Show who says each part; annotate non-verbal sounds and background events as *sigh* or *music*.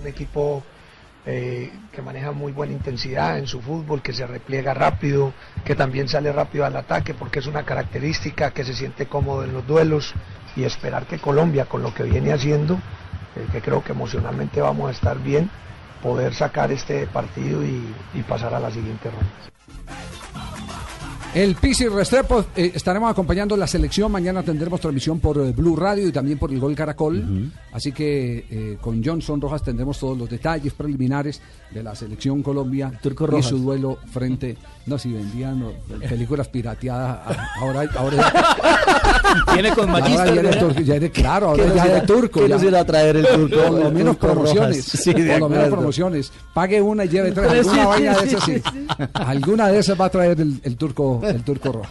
Speaker 1: Un equipo eh, que maneja muy buena intensidad en su fútbol, que se repliega rápido, que también sale rápido al ataque porque es una característica que se siente cómodo en los duelos y esperar que Colombia con lo que viene haciendo, eh, que creo que emocionalmente vamos a estar bien, poder sacar este partido y, y pasar a la siguiente ronda.
Speaker 2: El Pisi Restrepo, eh, estaremos acompañando la selección. Mañana tendremos transmisión por eh, Blue Radio y también por el Gol Caracol. Así que eh, con Johnson Rojas tendremos todos los detalles preliminares de la selección Colombia y su duelo
Speaker 3: *laughs*
Speaker 2: frente. No, si vendían no, películas pirateadas, a- ahora, ahora,
Speaker 3: Viene con
Speaker 2: ahora ya
Speaker 3: Magister.
Speaker 2: era
Speaker 3: ¿verdad?
Speaker 2: turco, ya era- claro, ahora ya era turco.
Speaker 4: ¿Qué
Speaker 2: ya.
Speaker 4: nos irá a traer el turco?
Speaker 2: *laughs* Por lo
Speaker 4: el
Speaker 2: menos
Speaker 4: turco Rojas?
Speaker 2: promociones.
Speaker 4: Sí, de
Speaker 2: por lo menos
Speaker 4: acuerdo.
Speaker 2: promociones. Pague una y lleve tres. Alguna vaina de esas sí. Alguna de esas va a traer el, el turco, el turco rojo.